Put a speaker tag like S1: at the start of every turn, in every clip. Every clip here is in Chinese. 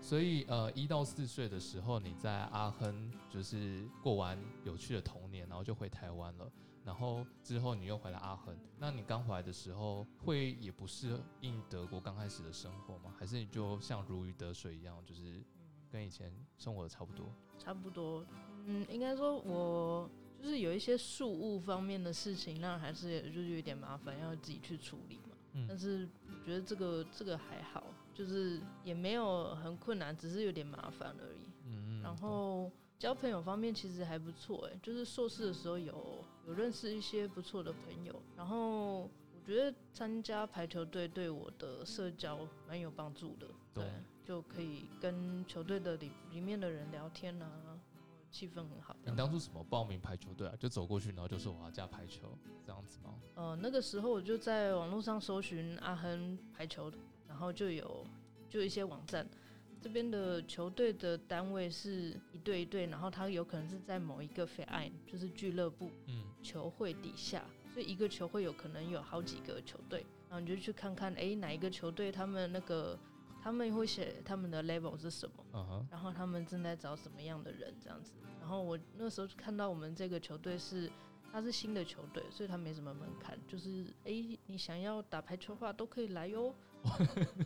S1: 所以呃，一到四岁的时候，你在阿亨就是过完有趣的童年，然后就回台湾了。然后之后你又回来阿亨，那你刚回来的时候会也不适应德国刚开始的生活吗？还是你就像如鱼得水一样，就是跟以前生活的差不多？
S2: 差不多，嗯，应该说我就是有一些事务方面的事情，那还是就是有点麻烦，要自己去处理嘛。
S1: 嗯
S2: 但是觉得这个这个还好，就是也没有很困难，只是有点麻烦而已。
S1: 嗯
S2: 然后交朋友方面其实还不错，哎，就是硕士的时候有有认识一些不错的朋友，然后我觉得参加排球队对我的社交蛮有帮助的，对
S1: 懂，
S2: 就可以跟球队的里里面的人聊天啊，然后气氛很好。
S1: 嗯你当初怎么报名排球队啊？就走过去，然后就说我要加排球这样子吗？
S2: 呃，那个时候我就在网络上搜寻阿亨排球，然后就有就有一些网站，这边的球队的单位是一队一队，然后它有可能是在某一个 f a i 就是俱乐部
S1: 嗯，
S2: 球会底下，所以一个球会有可能有好几个球队，然后你就去看看，诶，哪一个球队他们那个他们会写他们的 level 是什么，
S1: 嗯哼，
S2: 然后他们正在找什么样的人这样子。然后我那时候就看到我们这个球队是它是新的球队，所以它没什么门槛，就是诶，你想要打排球的话都可以 来哟。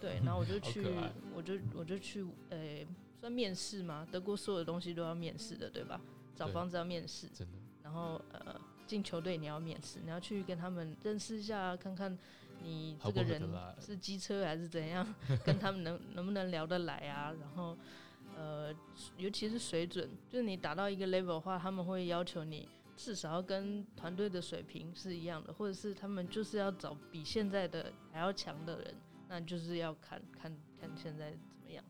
S2: 对，然后我就去
S1: 好可爱，
S2: 我就我就去，诶，算面试吗？德国所有东西都要面试的，对吧？找
S1: 对
S2: 房子要面试，
S1: 真的，
S2: 然后呃，进球队你要面试，你要去跟他们认识一下，看看你这个人
S1: 合不合得来啊
S2: 是机车还是怎 样，跟他们能能不能聊得来啊？然后呃，尤其是水准，就是你达到一个 level 的话，他们会要求你至少要跟团队的水平是一样的，或者是他们就是要找比现在的还要强的人，那就是要看看看现在怎么样。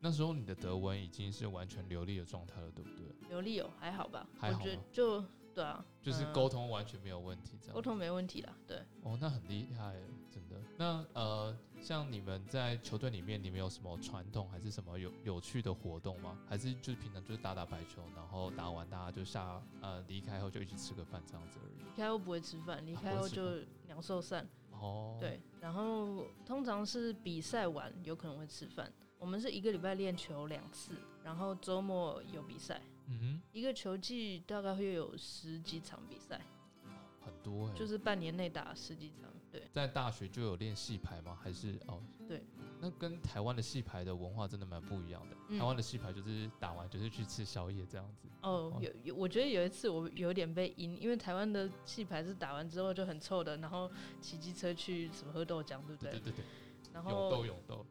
S1: 那时候你的德文已经是完全流利的状态了，对不对？
S2: 刘丽友还好吧？
S1: 还好
S2: 我觉得
S1: 吗
S2: 就对啊，
S1: 就是
S2: 嗯
S1: 沟通完全没有问题，这样
S2: 沟通没问题啦，对。
S1: 哦，那很厉害，真的。那呃，像你们在球队里面，你们有什么传统还是什么有有趣的活动吗？还是就是平常就是打打排球，然后打完大家就下呃离开后就一起吃个饭这样子而已。
S2: 离开后不会吃饭，离开后就鸟兽散。
S1: 哦，，
S2: 对，然后通常是比赛完有可能会吃饭。我们是一个礼拜练球两次，然后周末有比赛。
S1: 嗯
S2: 一个球季大概会有十几场比赛，
S1: 哼，很多哎、
S2: 就是是半年内打十几场。对，
S1: 在大学就有练戏排吗？还是哦，
S2: 对，
S1: 那跟台湾的戏排的文化真的蛮不一样的。
S2: 嗯
S1: 台湾的戏排就是打完就是去吃宵夜这样子。
S2: 哦
S1: 哦，
S2: 有有，我觉得有一次我有点被阴，因为台湾的气牌是打完之后就很臭的，然后骑机车去什么喝豆浆，对不
S1: 对
S2: 对？
S1: 对对对，
S2: 然
S1: 有
S2: 后
S1: 斗有斗。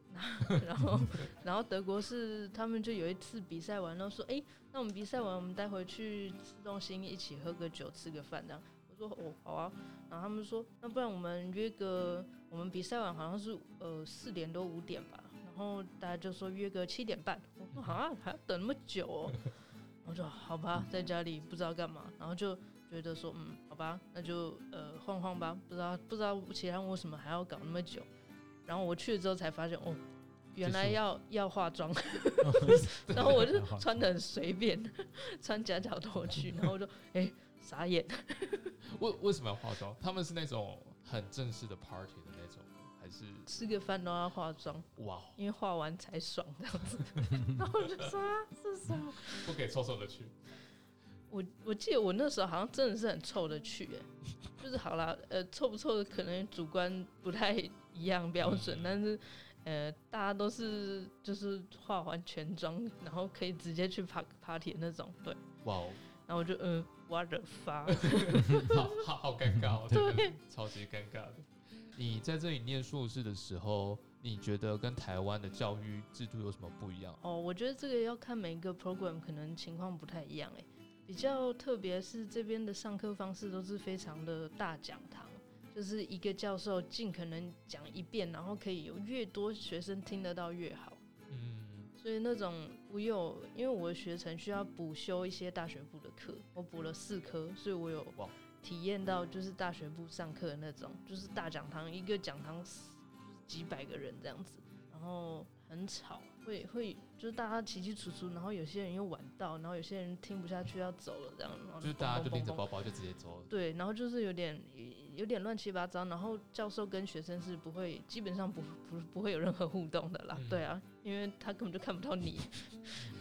S2: 然后， 然后德国是他们就有一次比赛完，然后说，哎、那我们比赛完，我们待会去市中心一起喝个酒，吃个饭这样。我说，哦，好啊。然后他们说，那不然我们约个，我们比赛完好像是呃四点多五点吧，然后大家就说约个七点半。我说，啊，还要等那么久哦。我说好吧，在家里不知道干嘛，然后就觉得说，嗯，好吧，那就呃晃晃吧，不知道不知道其他人为什么还要搞那么久。然后我去了之后才发现，哦，原来要要化妆，然后 我就穿的很随便， 穿夹脚拖去，然后我就哎、傻眼，
S1: 为为什么要化妆？他们是那种很正式的 party 的那种，还是
S2: 吃个饭都要化妆，
S1: 哇，哦
S2: 因为化完才爽这样子。 然后我就说啊，这是什么？
S1: 不给臭臭的去？
S2: 我我记得我那时候好像真的是很臭的去、哎，就是好啦，呃，臭不臭的可能主观不太一样标准，但是呃，大家都是就是化完全妆，然后可以直接去 pa- party 的那种，对。
S1: 哇哦，
S2: 然后我就嗯，what the fuck？
S1: 好好好尴尬哦，对，超级尴尬的。你在这里念硕士的时候，你觉得跟台湾的教育制度有什么不一样？
S2: 哦，我觉得这个要看每一个 program，可能情况不太一样哎。比较特别是这边的上课方式都是非常的大讲堂，就是一个教授尽可能讲一遍，然后可以有越多学生听得到越好。
S1: 嗯，
S2: 所以那种我有，因为我的学程需要补修一些大学部的课，我补了四科，所以我有
S1: 哇
S2: 体验到就是大学部上课的那种，就是大讲堂，一个讲堂就是几百个人这样子，然后很吵，会会就是大家起起楚楚，然后有些人又晚到，然后有些人听不下去要走了，这样，然后
S1: 就是大家就
S2: 嘣嘣
S1: 拎着
S2: 嘣嘣
S1: 包包就直接走了。
S2: 对，然后就是有点有点乱七八糟，然后教授跟学生是不会，基本上不不不会有任何互动的啦，
S1: 嗯
S2: 对啊，因为他根本就看不到你，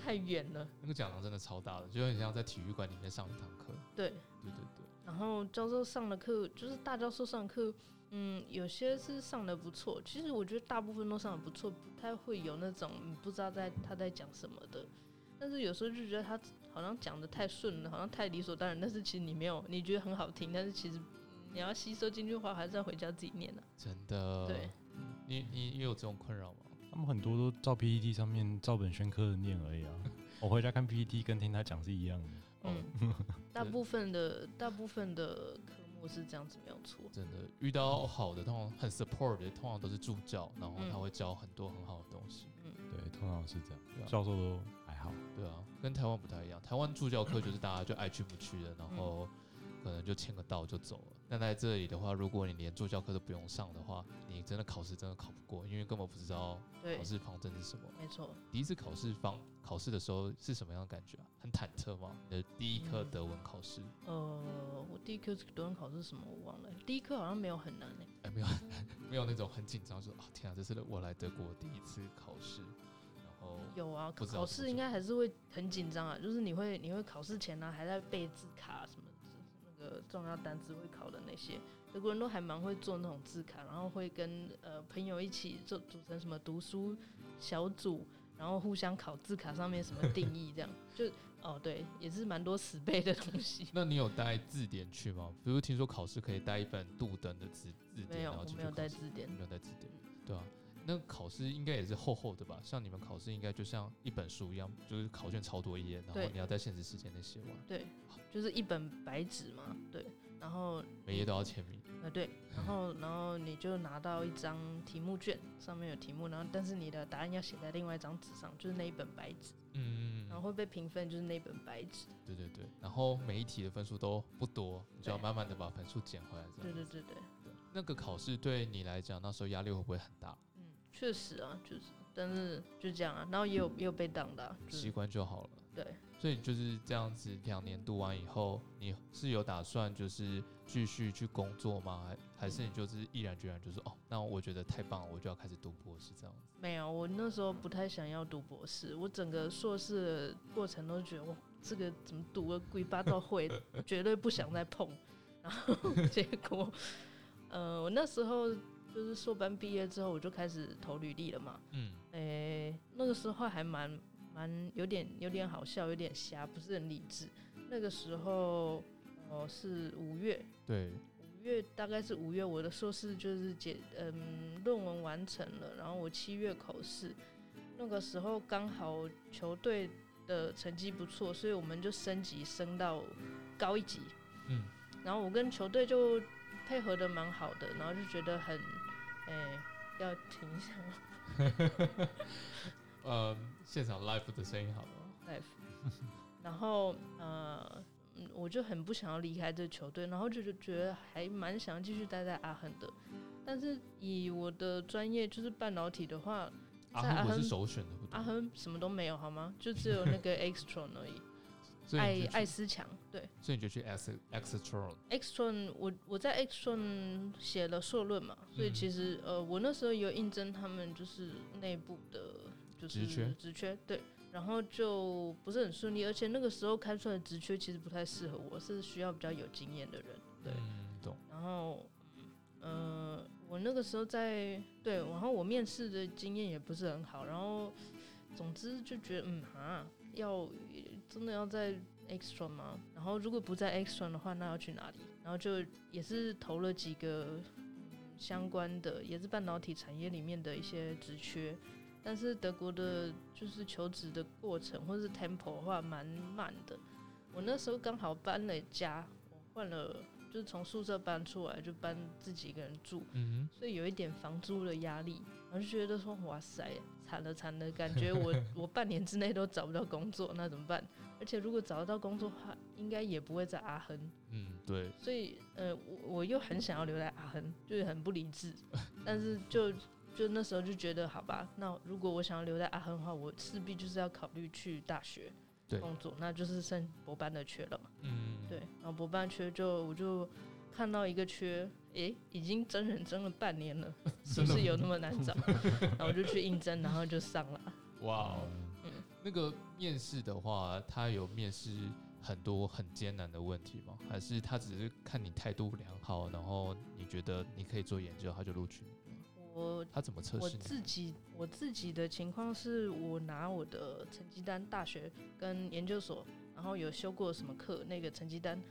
S2: 太远了，
S1: 那个讲堂真的超大的，就很像在体育馆里面上一堂课。
S2: 对。
S1: 对对对，
S2: 然后教授上的课就是大教授上的课，嗯，有些是上的不错，其实我觉得大部分都上的不错，不太会有那种你不知道在他在讲什么的。但是有时候就觉得他好像讲的太顺了，好像太理所当然，但是其实你没有，你觉得很好听，但是其实你要吸收进去的话，还是要回家自己念的、啊
S1: 真的。
S2: 对，
S1: 你你也有这种困扰吗？
S3: 他们很多都照 PPT 上面照本宣科的念而 已啊。我回家看 PPT 跟听他讲是一样的。
S1: 哦
S2: 嗯，大部分的大部分的科目是这样子，没有错。
S1: 真的遇到好的，通常很 support 的，通常都是助教，然后
S2: 嗯
S1: 他会教很多很好的东西，
S3: 对，通常是这
S1: 对啊
S3: 样。教授都还好，
S1: 对啊，跟台湾不太一样。台湾助教课就是大家就爱去不去的，然
S2: 嗯
S1: 后可能就签个到就走了。但在这里的话，如果你连助教课都不用上的话，你真的考试真的考不过，因为根本不知道
S2: 对
S1: 考，试方针是什么。
S2: 没错。
S1: 第一次考试方考试的时候是什么样的感觉啊？很忐忑吗？你的第一科
S2: 嗯
S1: 德文考试，
S2: 呃，我第一科德文考试是什么我忘了，第一科好像没有很难诶、
S1: 哎，
S2: 欸
S1: 没有
S2: 嗯
S1: 没有那种很紧张，就是啊天啊，这是我来德国第一次考试，然后
S2: 有啊，
S1: 不知道怎
S2: 考
S1: 么
S2: 试
S1: 做
S2: 应该还是会很紧张啊，就是你会你会考试前呢、还在背字卡什么那个重要单词会考的那些，德国人都还蛮会做那种字卡，然后会跟呃朋友一起做组成什么读书小组，然后互相考字卡上面什么定义这样，就哦对，也是蛮多死背的 东西。
S1: 那你有带字典去吗？比如听说考试可以带一本杜登的字字典，
S2: 没有，
S1: 然后
S2: 我
S1: 进
S2: 没
S1: 去
S2: 有
S1: 考
S2: 带
S1: 试嗯
S2: 字典嗯
S1: 你。没有带字典，对啊。那考试应该也是厚厚的吧？像你们考试应该就像一本书一样，就是考卷超多页，然后
S2: 对
S1: 你要在限时时间内写完，
S2: 对，就是一本白纸嘛，对，然后
S1: 每页都要签名。
S2: 呃对，然后然后你就拿到一张题目卷，上面有题目，然后但是你的答案要写在另外一张纸上，就是那一本白纸，
S1: 嗯，
S2: 然后会被评分，就是那本白纸。
S1: 对对对。然后每一题的分数都不多，你就要
S2: 对
S1: 慢慢的把分数捡回来。这
S2: 对
S1: 样
S2: 对
S1: 子。
S2: 对对，
S1: 对那个考试对你来讲，那时候压力会不会很大？
S2: 嗯，确实啊，就是，但是就这样啊，然后也有也有被挡的、啊，就
S1: 习
S2: 是
S1: 惯就好了。
S2: 对。
S1: 所以就是这样子，两年读完以后，你是有打算就是继续去工作吗？还还
S2: 嗯
S1: 是你就是毅然决然就说哦，那我觉得太棒了，我就要开始读博士这样子？
S2: 没有，我那时候不太想要读博士，我整个硕士的过程都觉得哇，这个怎么读个鬼八道会，绝对不想再碰。然后结果，呃，我那时候就是硕班毕业之后，我就开始投履历了嘛。
S1: 嗯，
S2: 诶、那个时候还蛮蛮有点有点好笑，有点瞎，不是很理智。那个时候，哦，是五月，
S1: 对，
S2: 五月大概是五月，我的硕士就是结嗯论文完成了，然后我七月口试，那个时候刚好球队的成绩不错，所以我们就升级升到高一级，
S1: 嗯，
S2: 然后我跟球队就配合的蛮好的，然后就觉得很，哎、要停一下吗
S1: 呃，现场 live 的声音好了。
S2: life，然后呃，嗯我就很不想要离开这球队，然后就就觉得还蛮想要继续待在阿亨的，但是以我的专业就是半导体的话，
S1: 阿
S2: 在阿
S1: 亨
S2: 啊
S1: 不
S2: 亨
S1: 啊是首选的，不对
S2: 阿，亨什么都没有好吗？就只有那个 extron 而已，
S1: 所以
S2: 艾
S1: 你就
S2: 艾
S1: 去，
S2: 斯强对
S1: 所以你就去 X X Tron，
S2: extron，我我在 extron 写了硕论嘛，所以
S1: 嗯
S2: 其实、呃，我那时候有应征他们就是内部的，就是
S1: 职缺
S2: 职缺对。然后就不是很顺利，而且那个时候开出来的职缺其实不太适合我，是需要比较有经验的人。对
S1: 嗯，懂，
S2: 然后，嗯呃，我那个时候在对，然后我面试的经验也不是很好，然后总之就觉得，嗯啊，要真的要在 extra 吗？然后如果不在 extra 的话，那要去哪里？然后就也是投了几个、嗯相关的，也是半导体产业里面的一些职缺。但是德国的就是求职的过程或是 tempo 的话蛮慢的。我那时候刚好搬了家，我换了就是从宿舍搬出来，就搬自己一个人住，
S1: 嗯
S2: 所以有一点房租的压力，然后就觉得说，哇塞，惨了惨了，感觉我我半年之内都找不到工作，那怎么办？而且如果找得到工作的话，应该也不会在阿亨，
S1: 嗯，对，
S2: 所以呃，我我又很想要留在阿亨，就是很不理智，但是就就那时候就觉得，好吧，那如果我想要留在阿亨的话，我势必就是要考虑去大学
S1: 对
S2: 工作，那就是剩博班的缺了嘛。
S1: 嗯，
S2: 对，然后博班缺就我就看到一个缺，诶、已经真人真了半年 了，是不是有那么难找？然后我就去应征，然后就上了。
S1: 哇哦，
S3: 嗯
S1: 那个面试的话，他有面试很多很艰难的问题吗？还是他只是看你态度良好，然后你觉得你可以做研究，他就录取你？
S2: 我
S1: 他怎么测
S2: 我
S1: 试你？
S2: 自己我自己的情况是我拿我的成绩单，大学跟研究所，然后有修过什么课，那个成绩单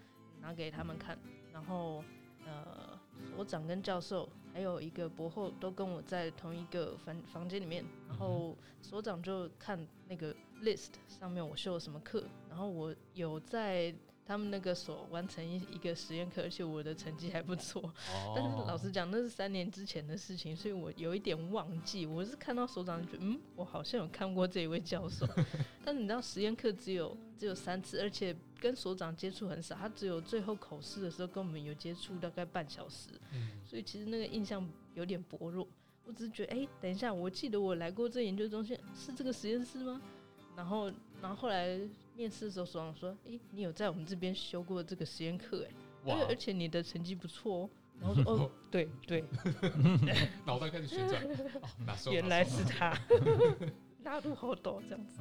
S2: 拿给他们看，然后呃，所长跟教授还有一个博后都跟我在同一个房房间里面，
S1: 嗯
S2: 然后所长就看那个 list 上面我修了什么课，然后我有在。他们那个所完成一一个实验课，而且我的成绩还不错，
S1: 哦
S2: 但是老实讲，那是三年之前的事情，所以我有一点忘记。我是看到首长就觉得，嗯，我好像有看过这一位教授。但你知道实验课只有只有三次，而且跟所长接触很少，他只有最后口试的时候跟我们有接触大概半小时，
S1: 嗯，
S2: 所以其实那个印象有点薄弱。我只是觉得，哎、等一下，我记得我来过这研究中心，是这个实验室吗？然后，然后后来面试的时候，所长说，哎、你有在我们这边修过这个实验课、诶
S1: 哇
S2: 而哎且，而且你的成绩不错 哦。然后说哦，对对，
S1: 脑袋开始旋转， 哦，哪时候
S2: 原来是他，
S1: 啊
S2: 纳入后斗这样子。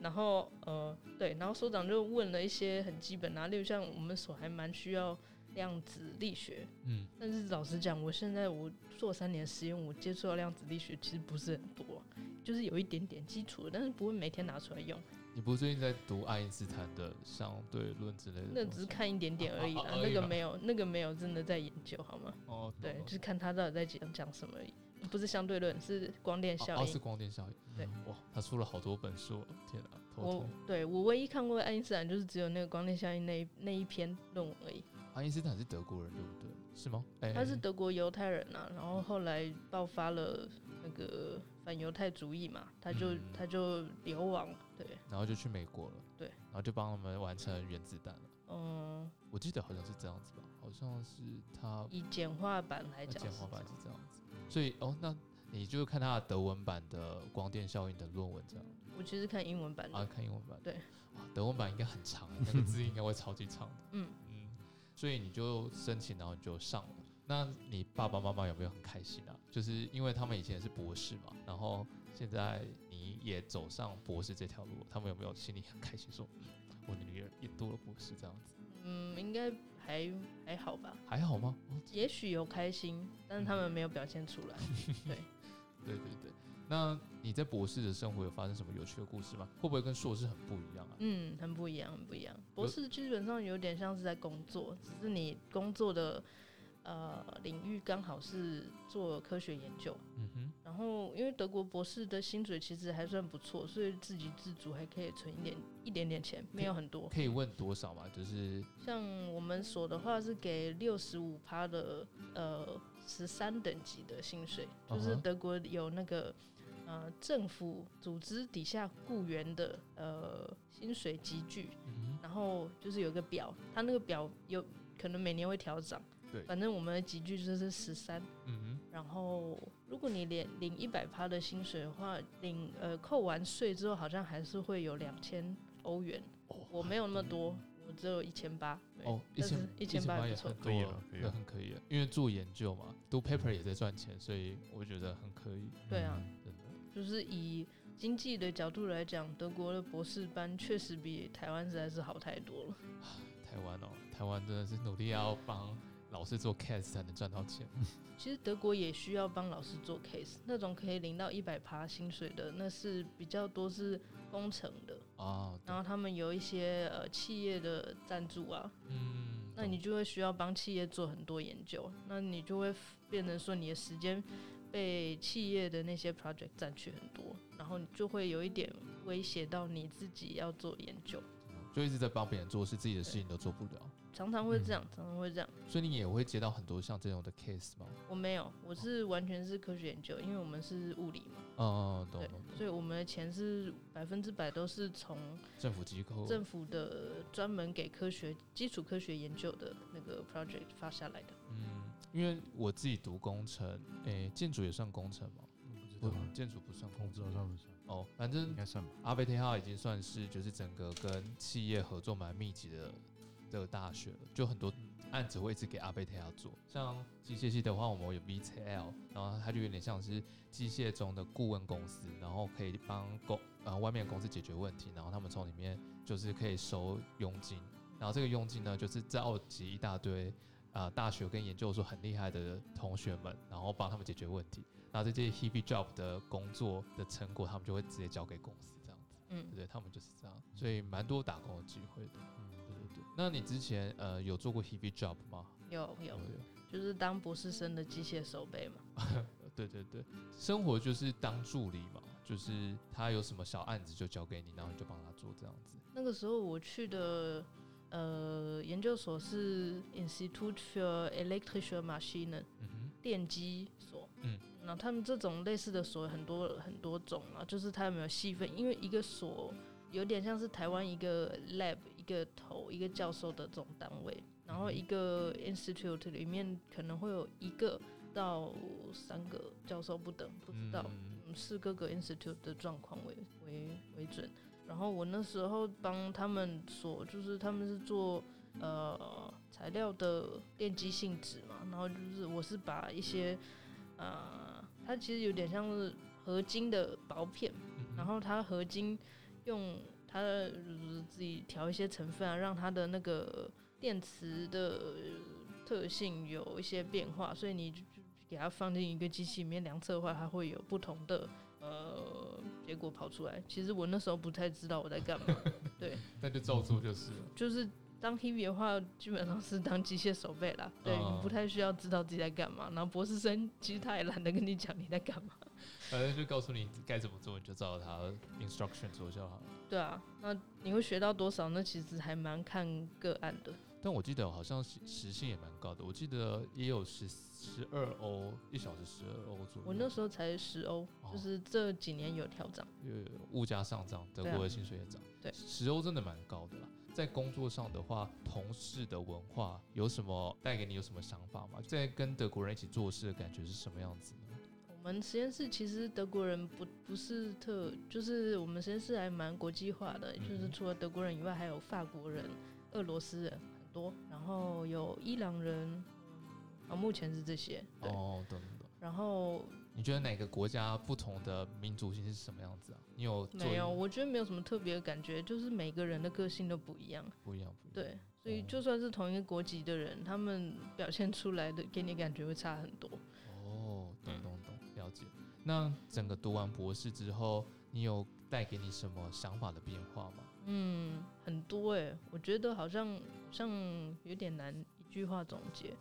S2: 然后呃，对，然后所长就问了一些很基本啊，例如像我们所还蛮需要量子力学，
S1: 嗯，
S2: 但是老实讲，我现在我做三年实验，我接触到量子力学其实不是很多，就是有一点点基础的，但是不会每天拿出来用，
S1: 你不是最近在读爱因斯坦的相对论之类的东西？
S2: 那只是看一点点而已
S1: 哦
S2: 啦
S1: 哦，而
S2: 那
S1: 已
S2: 个
S1: 嘛
S2: 没有那个没有真的在研究好吗？
S1: 哦，懂
S2: 对，
S1: 了
S2: 就是看他到底在讲讲什么而已，不是相对论，是光电
S1: 哦
S2: 效
S1: 哦
S2: 应。
S1: 是光电效应，
S2: 对
S1: 哇，他出了好多本书哦，天啊，头
S2: 我
S1: 痛。
S2: 对我唯一看过的爱因斯坦就是只有那个光电效应那一那一篇论文而已。
S1: 爱因斯坦是德国人对不对？是吗？哎，
S2: 他是德国犹太人啊，然后后来爆发了那个反犹太主义嘛，他就、
S1: 嗯
S2: 他就流亡。对，
S1: 然后就去美国了，
S2: 对，
S1: 然后就帮他们完成原子弹了。
S2: 嗯，
S1: 我记得好像是这样子吧，好像是他
S2: 以简化版来讲，
S1: 哦简化版是这样子，所以哦，那你就看他的德文版的光电效应的论文这样
S2: 我其实看英文版的，
S1: 啊，看英文版
S2: 对，
S1: 哇，德文版应该很长，那个字应该会超级长的，
S2: 嗯
S1: 嗯，所以你就申请，然后你就上了。那你爸爸妈妈有没有很开心啊？就是因为他们以前是博士嘛，然后现在你也走上博士这条路，他们有没有心里很开心说，嗯我的女儿也读了博士这样子，
S2: 嗯，应该还还好吧，
S1: 还好吗？哦
S2: 也许有开心，但是他们没有表现出来。
S1: 对对对，那你在博士的生活有发生什么有趣的故事吗？会不会跟硕士很不一样啊？
S2: 嗯，很不一样，很不一样。博士基本上有点像是在工作，只是你工作的呃领域刚好是做科学研究。
S1: 嗯哼，
S2: 然后，因为德国博士的薪水其实还算不错，所以自给自足还可以存一点一点点钱，没有很多。
S1: 可以问多少吗？就是
S2: 像我们所的话是给六十五趴的呃十三等级的薪水，就是
S1: 嗯哼
S2: 德国有那个呃政府组织底下雇员的呃薪水集聚，
S1: 嗯
S2: 然后就是有一个表，它那个表有可能每年会调整。
S1: 对
S2: 反正我们的集聚就是十三。
S1: 哼嗯
S2: 然后如果你连领一百趴的薪水的话，领呃扣完税之后，好像还是会有两千欧元。
S1: 哦
S2: 我没有那么多，我只有一千八。
S1: 哼，哦，一
S2: 但是
S1: 千
S2: 一千八
S1: 八
S2: 也
S1: 也
S2: 不错
S1: 很
S3: 可以
S1: 多
S3: 了可以
S1: 那
S3: 了嗯
S1: 很可以了，因为做研究嘛，读 paper 也在赚钱，所以我觉得很可以，
S2: 对啊，
S1: 真的。
S2: 就是以经济的角度来讲，德国的博士班确实比台湾实在是好太多了。
S1: 台湾哦，台湾真的是努力要帮老师做 case 才能赚到钱。
S2: 其实德国也需要帮老师做 case，那种可以领到一百趴薪水的，那是比较多是工程的。
S1: 啊，对
S2: 然后他们有一些呃企业的赞助啊，
S1: 嗯，
S2: 那你就会需要帮企业做很多研究，那你就会 f- 变成说你的时间被企业的那些 project 占去很多，然后你就会有一点威胁到你自己要做研究，
S1: 懂就一直在帮别人做事，自己的事情都做不了，
S2: 常常会这样，常常会这样。
S1: 所以你也会接到很多像这种的 case 吗？
S2: 我没有，我是完全是科学研究，因为我们是物理嘛，
S1: 嗯，懂
S2: 对
S1: 懂，懂，
S2: 所以我们的钱是百分之百都是从
S1: 政府机构
S2: 政府的专门给科学基础科学研究的那个 project 发下来的。
S1: 嗯，因为我自己读工程，诶、建筑也算工程嘛，
S3: 我
S1: 不
S3: 不，
S1: 建筑不算
S3: 我
S1: 工
S3: 不知
S1: 程
S3: 道算不算，
S1: 哦，反正
S3: 应该算吧。
S1: 阿贝特号已经算是就是整个跟企业合作蛮密集的的大学了，就很多案子会一直给阿贝特号做。嗯像机械系的话，我们有 VCL，然后它就有点像是机械中的顾问公司，然后可以帮公呃外面的公司解决问题，然后他们从里面就是可以收佣金，然后这个佣金呢就是召集一大堆。啊、大学跟研究所很厉害的同学们，然后帮他们解决问题，然后这些 hebe job 的工作的成果，他们就会直接交给公司这样子。
S2: 嗯
S1: 对，他们就是这样，所以蛮多打工的机会的。对
S3: 嗯，
S1: 对对。那你之前呃有做过 hebe job 吗？
S2: 有
S1: 哦
S2: 有，就是当博士生的机械手背嘛。
S1: 呃对对对，生活就是当助理嘛，就是他有什么小案子就交给你，然后你就帮他做这样子。
S2: 那个时候我去的呃研究所是 Institute for Electrical Machine
S1: 嗯哼，
S2: 电机所，
S1: 嗯，
S2: 那他们这种类似的所很多很多种啊，就是它有没有细分？因为一个所有点像是台湾一个 lab 一个头一个教授的这种单位，然后一个 institute 里面可能会有一个到三个教授不等，不知道。
S1: 嗯
S2: 嗯，视各个 institute 的状况为为为准。然后我那时候帮他们所，就是他们是做呃材料的电机性质嘛，然后就是我是把一些呃，它其实有点像是合金的薄片，然后它合金用它的就是自己调一些成分啊，让它的那个电池的特性有一些变化，所以你就就给它放进一个机器里面量测的话，它会有不同的呃结果跑出来。其实我那时候不太知道我在干嘛，
S1: 那就照做就是了。
S2: 就是当 TV 的话，基本上是当机械手背啦，对，
S1: 嗯
S2: 你不太需要知道自己在干嘛。然后博士生其实他也懒得跟你讲你在干嘛。
S1: 反正就告诉你该怎么做，你就照他 instruction 做就好了。
S2: 对啊，那你会学到多少？那其实还蛮看个案的。
S1: 但我记得好像时时薪也蛮高的，我记得也有十十二欧一小时，十二欧左右。
S2: 我那时候才十欧，
S1: 哦
S2: 就是这几年有调整。
S1: 因为呃物价上涨，德
S2: 对啊
S1: 国的薪水也涨，
S2: 对
S1: 石油真的蛮高的啦。在工作上的话，同事的文化有什么带给你有什么想法吗？在跟德国人一起做事的感觉是什么样子呢？
S2: 我们实验室其实德国人不不是特，就是我们实验室还蛮国际化的，
S1: 嗯
S2: 就是除了德国人以外，还有法国人、俄罗斯人很多，然后有伊朗人，啊，目前是这些。对，
S1: 哦，懂懂懂。
S2: 然后
S1: 你觉得哪个国家不同的民族性是什么样子啊？你有做
S2: 没有，我觉得没有什么特别的感觉，就是每个人的个性都不一样。
S1: 不一样？不一样。
S2: 对，所以
S1: 哦
S2: 就算是同一个国籍的人，他们表现出来的给你感觉会差很多。
S1: 哦，懂懂懂，了解。那整个读完博士之后，你有带给你什么想法的变化吗？
S2: 嗯，很多哎、我觉得好像好像有点难一句话总结。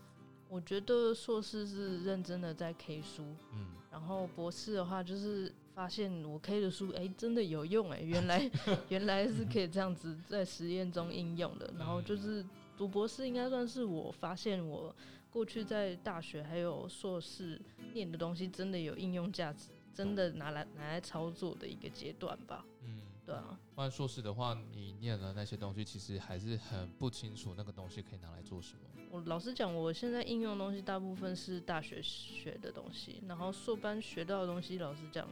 S2: 我觉得硕士是认真的在 K 书，
S1: 嗯，
S2: 然后博士的话就是发现我 K 的书，哎、真的有用哎、原来原来是可以这样子在实验中应用的。然后就是读博士应该算是我发现我过去在大学还有硕士念的东西真的有应用价值，真的拿来拿来操作的一个阶段吧。
S1: 嗯，
S2: 对啊，
S1: 换硕士的话，你念了那些东西，其实还是很不清楚那个东西可以拿来做什么。
S2: 我老实讲，我现在应用的东西大部分是大学学的东西，然后硕班学到的东西，老实讲，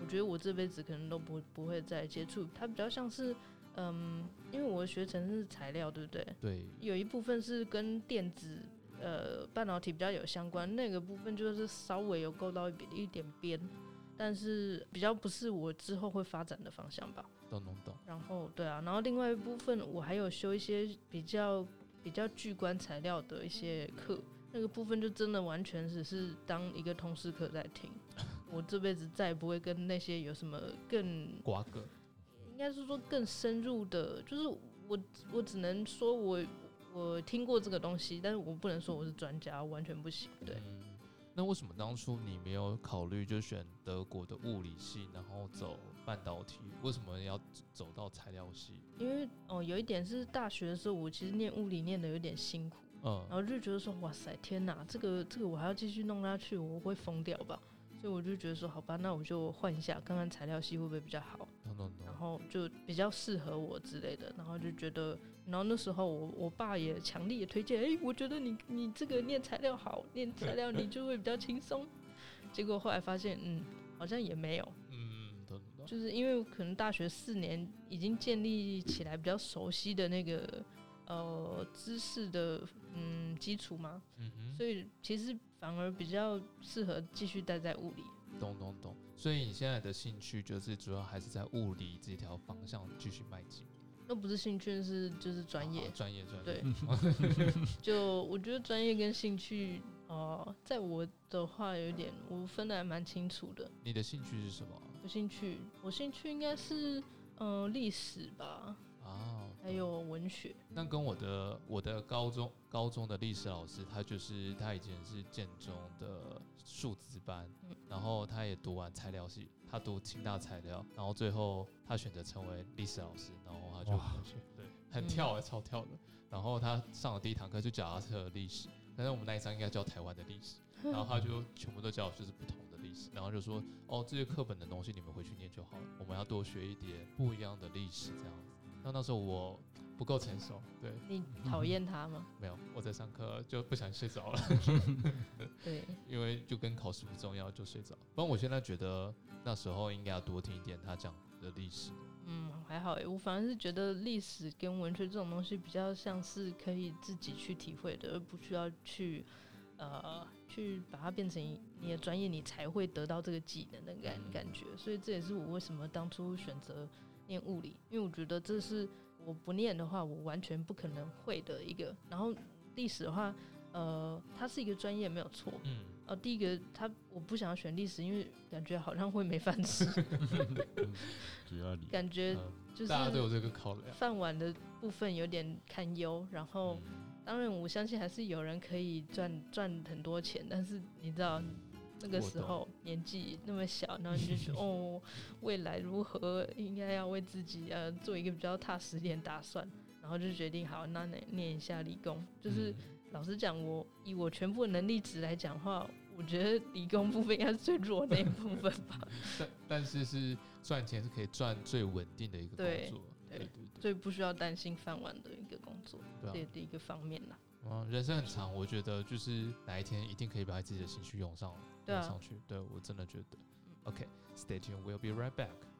S2: 我觉得我这辈子可能都不不会再接触。它比较像是，嗯，因为我的学程是材料，对不对？
S1: 对，
S2: 有一部分是跟电子呃半导体比较有相关，那个部分就是稍微有勾到一点一点边，但是比较不是我之后会发展的方向吧。
S1: 懂懂懂。
S2: 然后对啊，然后另外一部分我还有修一些比较比较具观材料的一些课，那个部分就真的完全只是当一个通识课在听。我这辈子再也不会跟那些有什么更，
S1: 瓜葛，
S2: 应该是说更深入的，就是我我只能说我我听过这个东西，但是我不能说我是专家，完全不行。对，
S1: 嗯。那为什么当初你没有考虑就选德国的物理系，然后走半导体？为什么要走到材料系？
S2: 因为哦有一点是大学的时候，我其实念物理念的有点辛苦。然
S1: 嗯，
S2: 后就觉得说，哇塞，天哪，这个这个我还要继续弄下去，我会疯掉吧？所以我就觉得说，好吧，那我就换一下，看看材料系会不会比较好。
S1: 懂懂懂
S2: 然。后后就比较适合我之类的，然后就觉得，然后那时候我我爸也强力也推荐，哎、我觉得你你这个念材料好，念材料你就会比较轻松。结果后来发现，嗯，好像也没有，
S1: 嗯，懂懂懂。
S2: 就是因为可能大学四年已经建立起来比较熟悉的那个呃知识的嗯基础嘛，
S1: 嗯哼，
S2: 所以其实反而比较适合继续待在物理。
S1: 懂懂懂。所以你现在的兴趣就是主要还是在物理这条方向继续迈进，
S2: 那不是兴趣，是就是专业
S1: 好。专业专业。
S2: 对，就我觉得专业跟兴趣，呃，在我的话有点我分的还蛮清楚的。
S1: 你的兴趣是什么
S2: 我兴趣，我兴趣应该是嗯、呃历史吧，
S1: 啊？
S2: 还有文学。
S1: 那跟我的我的高中高中的历史老师，他就是他以前是建中的数资班，
S2: 嗯
S1: 然后他也读完材料系，他读清大材料，然后最后他选择成为历史老师，然后他就
S3: 哇
S1: 回去，对，很跳欸超跳的。然后他上的第一堂课就脚踏车的历史，但是我们那一章应该叫台湾的历史，然后他就全部都教就是不同的历史，然后就说哦，这些课本的东西你们回去念就好了，我们要多学一点不一样的历史这样子。那那时候我不够成熟，对，
S2: 你讨厌他吗？
S1: 没有，我在上课就不想睡着了，
S2: 对，
S1: 因为就跟考试不重要就睡着。不然我现在觉得那时候应该要多听一点他讲的历史。
S2: 嗯，还好诶、我反而是觉得历史跟文学这种东西比较像是可以自己去体会的，而不需要去呃去把它变成你的专业，你才会得到这个技能的感
S1: 嗯
S2: 感觉。所以这也是我为什么当初选择念物理，因为我觉得这是我不念的话，我完全不可能会的一个。然后历史的话，呃，它是一个专业没有错，
S1: 嗯，
S2: 呃，第一个他我不想选历史，因为感觉好像会没饭吃，
S3: 主要理
S2: 感觉
S1: 嗯
S2: 就是
S1: 大家都有这个考量。
S2: 饭碗的部分有点堪忧。然后，
S1: 嗯
S2: 当然我相信还是有人可以赚赚很多钱，但是你知道那个
S1: 我
S2: 时
S1: 懂
S2: 候年纪那么小，然后你 就觉得哦，未来如何应该要为自己呃做一个比较踏实一点打算，然后就决定好，那念念一下理工，就是。
S1: 嗯
S2: 老实讲，我以我全部的能力值来讲的话，我觉得理工部分应该是最弱的那一部分吧，
S1: 但但是是赚钱是可以赚最稳定的一个
S2: 对
S1: 工作，
S2: 对
S1: 对对
S2: 最不需要担心饭碗的一个工作，
S1: 对啊
S2: 这也是一个方面啦。
S1: 嗯，人生很长，我觉得就是哪一天一定可以把自己的兴趣用上，
S2: 对啊
S1: 用上去。对我真的觉得。OK，stay、tuned，we'll be right back。